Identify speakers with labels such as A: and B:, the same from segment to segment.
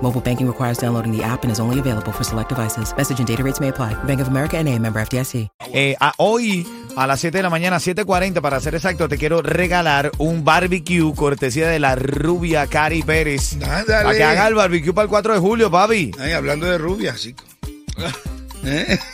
A: Mobile banking requires downloading the app and is only available for select devices. Message and data rates may apply. Bank of America and a member FDIC.
B: Eh, a- hoy, a las 7 de la mañana, 7.40 para ser exacto, te quiero regalar un barbecue cortesía de la rubia Cari Pérez.
C: Ándale.
B: Para que haga el barbecue para el 4 de julio, papi.
C: Ay, hablando de rubias, chico. ¿Eh?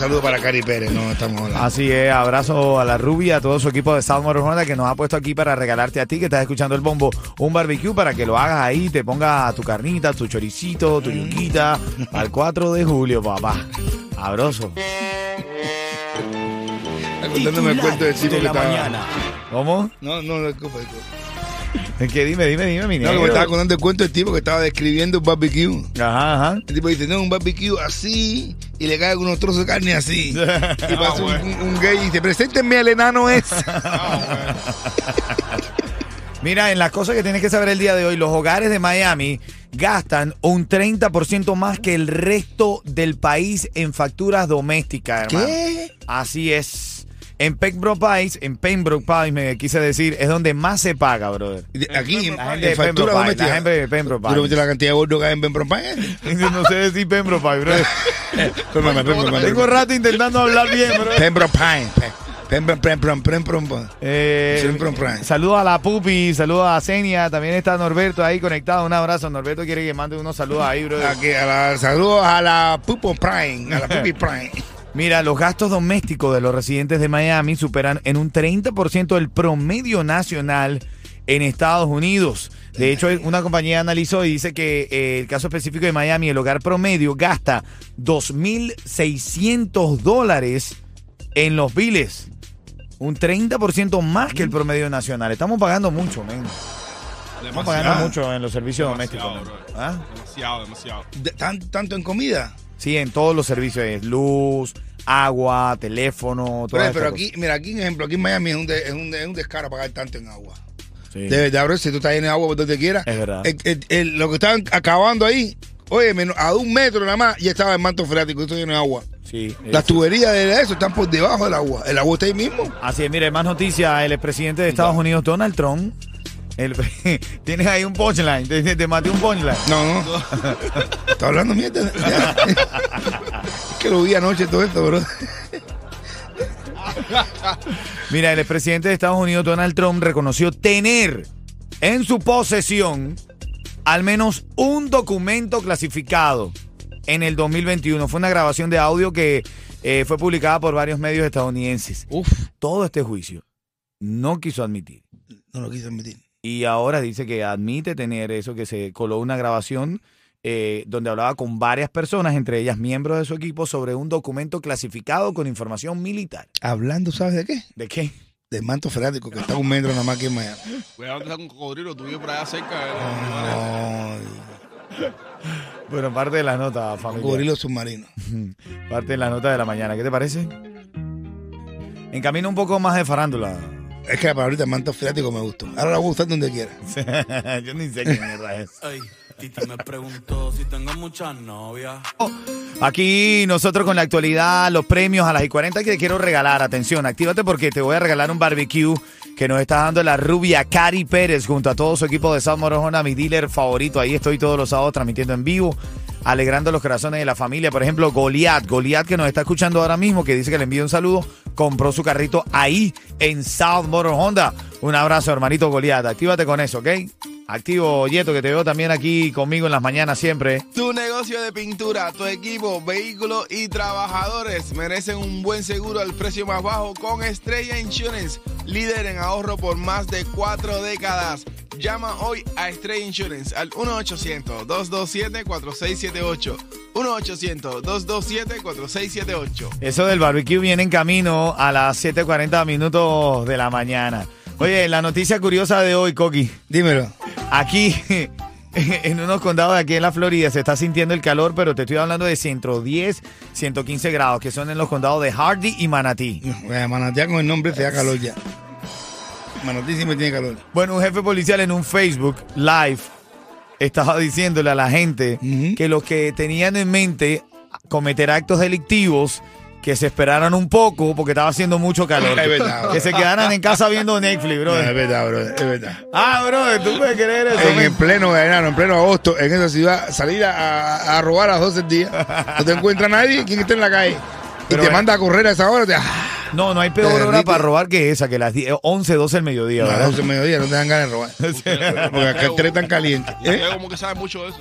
C: Un saludo para Cari Pérez, no estamos hablando.
B: Así es, abrazo a la rubia, a todo su equipo de South Motor Honda que nos ha puesto aquí para regalarte a ti que estás escuchando el bombo un barbecue para que lo hagas ahí, te pongas tu carnita, tu choricito,
C: Mm.
B: tu yuquita, al 4 de julio, papá. Abroso.
C: Acordándome el cuento del
D: Ah,
C: chico
D: de
C: que
D: la
C: estaba.
D: mañana.
B: ¿Cómo?
C: No, no, no, disculpa, disculpa.
B: Es que dime, dime, dime, mi
C: No, que
B: negro.
C: me estaba contando el cuento del tipo que estaba describiendo un barbecue.
B: Ajá, ajá.
C: El tipo dice, no, un barbecue así y le caen unos trozos de carne así. Y
D: Ah,
C: pasa un, un- un gay y dice, preséntenme al enano ese.
B: Mira, en las cosas que tienes que saber el día de hoy, los hogares de Miami gastan un 30% más que el resto del país en facturas domésticas, hermano.
C: ¿Qué?
B: Así es. En Pembroke Pines, en Pembroke Pines, me quise decir, es donde más se paga, brother.
C: De- Aquí, en,
B: La gente
C: en
B: de
C: factura
B: Pembroke Pines,
C: doméstica.
B: la gente de Pembroke
C: ¿Tú no viste
B: Pines.
C: la cantidad de gordos que hay en Pembroke ¿eh? Pines?
B: No sé decir Pembroke Pines, brother.
C: Pembroke Pines,
B: Tengo rato intentando hablar bien, brother.
C: Pembroke Pines. Pembroke Pines, Pembroke Pines, Pembroke Pines.
B: Eh,
C: Siempre un plan.
B: saludos a la Pupi, saludos a Senia, también está Norberto ahí conectado, un abrazo. Norberto quiere que mande unos saludos ahí, brother.
C: Aquí, a la- Saludos a la Pupo Prime, a la Pupi Prime.
B: Mira, los gastos domésticos de los residentes de Miami superan en un 30% el promedio nacional en Estados Unidos. De hecho, una compañía analizó y dice que eh, el caso específico de Miami, el hogar promedio gasta 2.600 dólares en los biles. Un 30% más que el promedio nacional. Estamos pagando mucho, men. Estamos
C: Ah,
B: pagando mucho en los servicios
E: Demasiado,
B: domésticos. men.
E: bro.
B: ¿Ah?
E: Demasiado, demasiado.
C: De- tan- ¿Tanto en comida?
B: Sí, en todos los servicios. es Luz, agua, teléfono, todo
C: Pero, pero aquí, mira, aquí, un ejemplo, aquí en Miami es un, de- es un, es un descaro pagar tanto en agua. De verdad, bro, si tú estás lleno de agua por donde quieras.
B: Es verdad.
C: el- el- el- lo que estaban acabando ahí, oye, menos- a un metro nada más, ya estaba el manto freático, esto lleno de agua.
B: Sí.
C: Las tuberías de eso están por debajo del agua. El agua está ahí mismo.
B: Así es, mire, más noticias. El expresidente de Estados Unidos, Donald Trump. El, tienes ahí un punchline. Te, te maté un punchline.
C: No, no. Está hablando mierda. es que lo vi anoche todo esto, bro.
B: Mira, el expresidente de Estados Unidos, Donald Trump, reconoció tener en su posesión al menos un documento clasificado en el 2021. Fue una grabación de audio que eh, fue publicada por varios medios estadounidenses.
C: Uf.
B: Todo este juicio no quiso admitir.
C: No lo quise admitir.
B: Y ahora dice que admite tener eso, que se coló una grabación eh, donde hablaba con varias personas, entre ellas miembros de su equipo, sobre un documento clasificado con información militar.
C: Hablando, ¿sabes de qué?
B: ¿De qué?
C: Del manto freático que está a un metro nada más que en Miami.
E: Cuidado que está un cocodrilo, tú vives por allá cerca. eh,
C: Ay,
B: Bueno, parte de la nota, familia.
C: gorilo submarino.
B: Parte de la nota de la mañana. ¿Qué te parece? Encamina un poco más de farándula.
C: Es que la palabrita manto freático me gustó. Ahora la voy a usar donde quiera.
B: Yo ni sé qué mierda es.
F: Ey, Titi me preguntó si tengo muchas novias.
B: Aquí nosotros con la actualidad, los premios a las y 40 que te quiero regalar. Atención, actívate porque te voy a regalar un barbecue que nos está dando la rubia Cari Pérez junto a todo su equipo de South Morojona, mi dealer favorito. Ahí estoy todos los sábados transmitiendo en vivo, alegrando los corazones de la familia. Por ejemplo, Goliat, Goliat que nos está escuchando ahora mismo, que dice que le envía un saludo, compró su carrito ahí en South Motor Honda. Un abrazo, hermanito Goliat. Actívate con eso, ¿ok? Activo, Yeto, que te veo también aquí conmigo en las mañanas siempre. ¿eh?
E: Tu negocio de pintura, tu equipo, vehículos y trabajadores merecen un buen seguro al precio más bajo con Estrella Insurance, líder en ahorro por más de cuatro décadas. Llama hoy a Estrella Insurance al 1-800-227-4678. 1-800-227-4678.
B: Eso del barbecue viene en camino a las 7.40 minutos de la mañana. Oye, la noticia curiosa de hoy, Coqui.
C: Dímelo.
B: Aquí, en unos condados de aquí en la Florida, se está sintiendo el calor, pero te estoy hablando de 110, 115 grados, que son en los condados de Hardy y Manatí.
C: Eh, Manatí con el nombre te da calor ya. Manatí sí me tiene calor.
B: Bueno, un jefe policial en un Facebook Live estaba diciéndole a la gente
C: Ujú.
B: que los que tenían en mente cometer actos delictivos, que se esperaran un poco porque estaba haciendo mucho calor.
C: Es verdad.
B: que se quedaran en casa viendo Netflix,
C: No, es
B: brother.
C: verdad, bro, es verdad.
B: Ah, brother, tú puedes creer eso.
C: En el
B: men?
C: pleno verano, en pleno agosto, en esa ciudad, salir a, a robar a las 12 del día, no te encuentra nadie, quien está en la calle. Y
B: Pero
C: te
B: bueno.
C: manda a correr a esa hora, te, ah,
B: No, no hay peor
C: Eh,
B: hora
C: Ricky.
B: para robar que esa, que las 10, 11, 12 del mediodía,
C: a las
B: ¿verdad?
C: 12 del mediodía, no te dan ganas de robar. Porque acá el tren es tan caliente.
E: Y
C: ¿Eh?
E: usted como que sabe mucho de eso.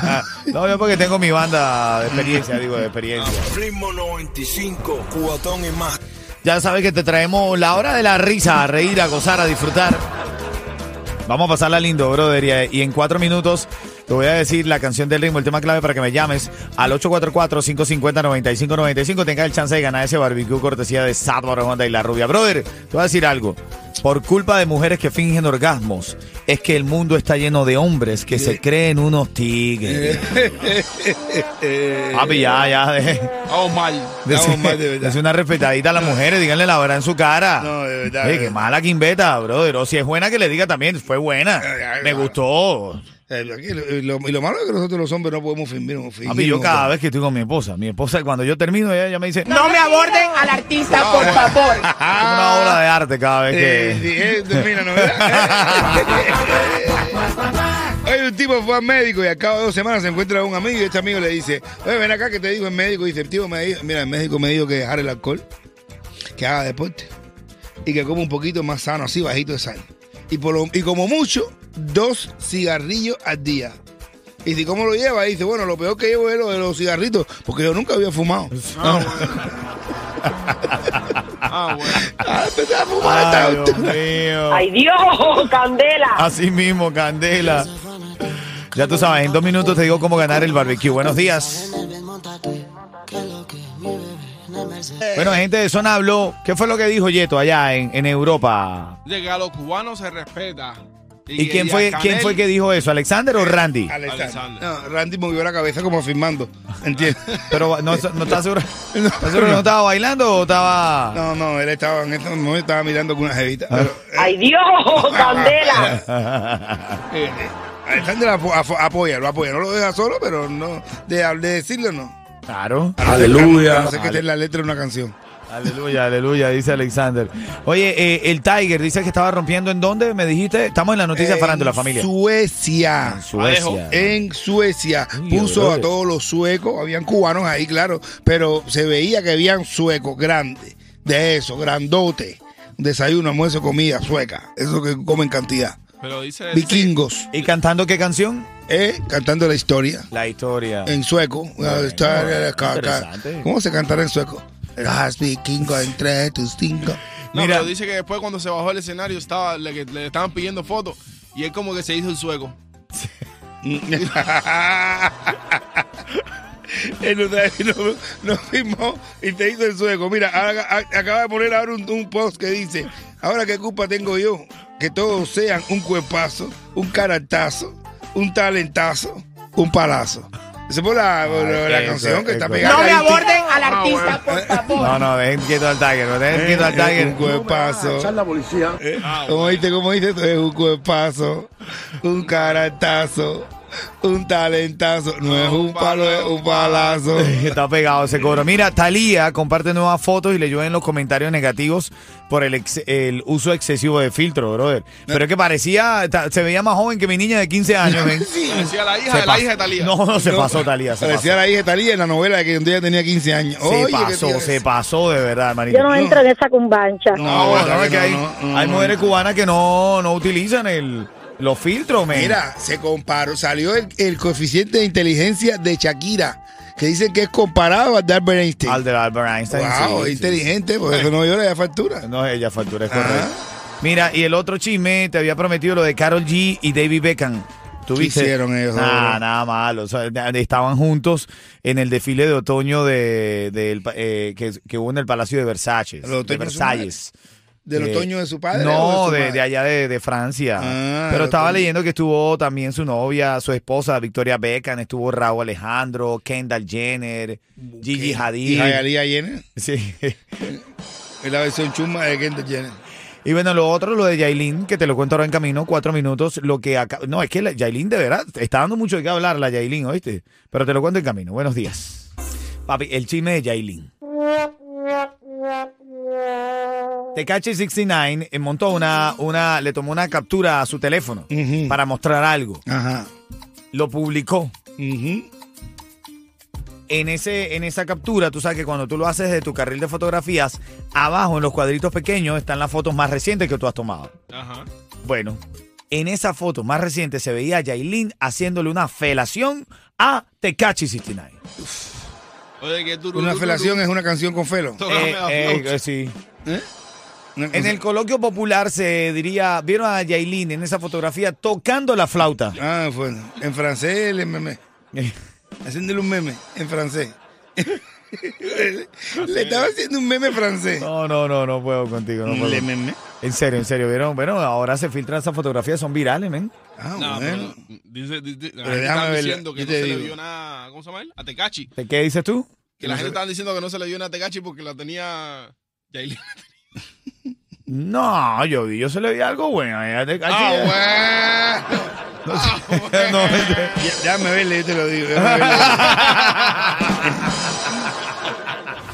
B: No, yo porque tengo mi banda de experiencia, digo, de experiencia.
G: Ritmo 95, cuatón y más.
B: Ya sabes que te traemos la hora de la risa, a reír, a gozar, a disfrutar. Vamos a pasarla lindo, brother. y- Y en cuatro minutos te voy a decir la canción del ritmo, el tema clave para que me llames al 844-550-9595. Tengas el chance de ganar ese barbecue cortesía de Sábado Honda y la Rubia. Brother, te voy a decir algo. Por culpa de mujeres que fingen orgasmos, es que el mundo está lleno de hombres que se creen unos tigres. Papi, ya, ya. de-
E: Vamos mal.
C: Estamos mal, de verdad.
B: es una respetadita a las mujeres, díganle la verdad en su cara.
C: No, de verdad,
B: Oye,
C: de
B: qué
C: verdad.
B: mala quimbeta, brother. O si es buena, que le diga también, fue buena.
C: Ay, ay,
B: Me
C: ay.
B: gustó.
C: Eh, aquí lo- y lo, y lo malo es que nosotros los hombres no podemos fingir. no fingir,
B: Papi, yo
C: no,
B: cada vez que estoy con mi esposa, mi esposa cuando yo termino, ella, ella me dice, "Ah,
H: No me aborden al artista, por favor.
B: es como una obra de arte cada vez que...
C: Eh, sí, eh, termina, ¿no? Oye, Eh, un tipo fue al médico y al cabo de dos semanas se encuentra un amigo y este amigo le dice, oye, ven acá que te dijo el médico. Y dice, el tío me dijo, mira, el médico me dijo que dejara el alcohol, que haga deporte y que coma un poquito más sano, así bajito de sal. Y, por lo- y como mucho, dos cigarrillos al día. Y si cómo lo lleva, y dice, bueno, lo peor que llevo es lo de los cigarritos, porque yo nunca había fumado.
E: Ah, bueno.
C: Ah, empecé a fumar esta-
B: Ay, Dios mío.
H: ¡Ay, Dios! ¡Candela!
B: Así mismo, Candela. Ya tú sabes, en dos minutos te digo cómo ganar el barbecue. Buenos días. Bueno, gente de zona habló. ¿Qué fue lo que dijo Yeto allá en, en Europa?
E: De que a los cubanos se respeta.
B: ¿Y quién fue, quién fue que dijo eso? ¿Alexander o Randy?
C: Alexander.
E: Alexander.
C: No, Randy movió la cabeza como afirmando. ¿Entiendes?
B: Pero no, no estás seguro. ¿Estás seguro que no estaba bailando o estaba.?
C: No, no, él estaba en este momento estaba mirando con una jevita. pero,
B: Ah.
H: ¡Ay, Dios! ¡Candela!
C: eh, eh, Alexander apo- apo- apoya, lo apoya. No lo deja solo, pero no. De, de decirlo, no.
B: Claro.
C: A no ser
G: Aleluya.
C: que- a No sé que esté en la letra de una canción.
B: Aleluya, aleluya, dice Alexander. Oye, eh, el Tiger dice que estaba rompiendo en dónde, me dijiste. Estamos en la noticia
C: En
B: farándula, familia. Eh,
C: Suecia.
B: Suecia.
C: En Suecia puso a todos los suecos, habían cubanos ahí, claro, pero se veía que habían suecos grandes, de eso, grandote, desayuno, almuerzo, comida sueca, eso que comen cantidad,
E: Pero dice...
C: vikingos,
B: ¿Y cantando qué canción?
C: eh, cantando la historia
B: La historia.
C: en sueco, Ah, la historia de ca- ca-
B: Ah. interesante.
C: ¿cómo se cantará en sueco? Las vikingo entre tus cinco.
E: No,
B: Mira.
E: pero dice que después cuando se bajó el escenario estaba, le, que- le estaban pidiendo fotos y él como que se hizo el sueco.
C: Él no, sabe- no, no firmó y te hizo el sueco. Mira, haga- a- acaba de poner ahora un, un post que dice, ahora qué culpa tengo yo, que todos sean un cuerpazo, un caratazo, un talentazo, un palazo. Esa fue la, la- la
B: eso,
C: canción que está
B: eso.
C: pegada.
H: ¡No me
C: ahí.
H: aborden al artista, por favor!
B: No, no, dejen quieto al Tiger, no dejen quieto al
C: Eh,
B: Tiger.
C: Un cuerpazo.
E: Ah,
C: ¿Cómo Eh, dice? ¿Cómo dice? Tú eres un cuerpazo, un caratazo, un talentazo. No es un palo, es un palazo.
B: Está pegado ese cobro. Mira, Talía comparte nuevas fotos y le llueven los comentarios negativos por el, ex- el uso excesivo de filtro, brother. Pero es que parecía, ta- se veía más joven que mi niña de 15 años, men.
E: Decía la hija
B: Se
E: de la
B: pasó.
E: hija de Talía.
B: No, no, se pasó Talía. Se pasó,
C: Parecía la hija de Talía en la novela de que donde ella tenía 15 años.
B: se,
C: Oye,
B: pasó,
C: qué tío
B: se
C: es.
B: pasó de verdad, hermanito.
I: Yo no entro en esa cumbancha.
C: No,
B: No,
C: verdad
B: no, es que
C: que
B: hay,
C: no, no, no,
B: hay
C: no.
B: mujeres cubanas que no, no utilizan el, Los filtros, men.
C: Mira, se comparó, salió el, el coeficiente de inteligencia de Shakira, que dicen que es comparado a Albert Einstein.
B: Al de Albert Einstein.
C: wow,
B: sí, sí.
C: inteligente, por eso no llora de factura.
B: No, ella factura es
C: Ajá.
B: correcta. Mira, y el otro chisme, te había prometido lo de Carol G y David Beckham. ¿Tú
C: ¿Qué
B: viste?
C: hicieron ellos,
B: Nah,
C: bro?
B: nada malo. O sea, na- estaban juntos en el desfile de otoño de, del pa- eh, que, que hubo en el Palacio de Versalles.
C: ¿El otoño
B: De
C: de su
B: Versalles.
C: ¿Del
B: Eh,
C: otoño de su padre?
B: No, de,
C: o su
B: de
C: madre?
B: allá de, de Francia.
C: Ah,
B: Pero
C: el
B: estaba
C: otoño.
B: leyendo que estuvo también su novia, su esposa, Victoria Beckham, estuvo Raúl Alejandro, Kendall Jenner, Gigi
C: Y
B: Hadid.
C: Jayalía Jenner.
B: Sí.
C: Es la versión chuma de Kendall Jenner.
B: Y bueno, lo otro, lo de Yailin, que te lo cuento ahora en camino, cuatro minutos. Lo que acá... No, es que la Yailin de verdad está dando mucho de qué hablar, la Yailin, ¿oíste? Pero te lo cuento en camino. Buenos días. Papi, el chisme de Yailin. Tekashi 69 eh, montó una, una, le tomó una captura a su teléfono
C: Ujú.
B: para mostrar algo.
C: Ajá.
B: Lo publicó.
C: Ujú.
B: en, ese, en esa captura, tú sabes que cuando tú lo haces de tu carril de fotografías, abajo en los cuadritos pequeños están las fotos más recientes que tú has tomado. Bueno, en esa foto más reciente se veía a Yailin haciéndole una felación a Tecachi 69.
E: Oye, que tú.
C: Una felación es una canción con felo.
E: Tócame
B: Eh,
E: la
B: eh,
E: flauta.
B: sí.
C: Una
B: En el
C: canción-
B: coloquio popular se diría, vieron a Yailin en esa fotografía tocando la flauta.
C: Ah, bueno. En francés, el meme. Haciéndole un meme en francés. Le estaba haciendo un meme francés.
B: No, no, no, no puedo contigo. No puedo.
C: Le meme.
B: En serio, en serio, vieron, bueno, ahora se filtran esas fotografías, son virales, men.
C: Ah,
E: No,
C: bueno.
E: pero dice, dice,
C: Pero
E: la gente
C: déjame
E: está
C: verla,
E: diciendo que
C: yo
E: no
C: te
E: se le
C: digo.
E: vio nada, ¿cómo se llama él? A Tecachi.
B: ¿Qué dices tú?
E: Que la
C: No se-
E: gente estaba diciendo que no se le vio nada a Tecachi porque la tenía Yailin.
B: No, yo vi, yo se le vi algo bueno. Ya te-
C: Ah, bueno.
E: Ah, bueno.
B: No, este-
C: Ya- Déjame verle, yo te lo digo. déjame verle.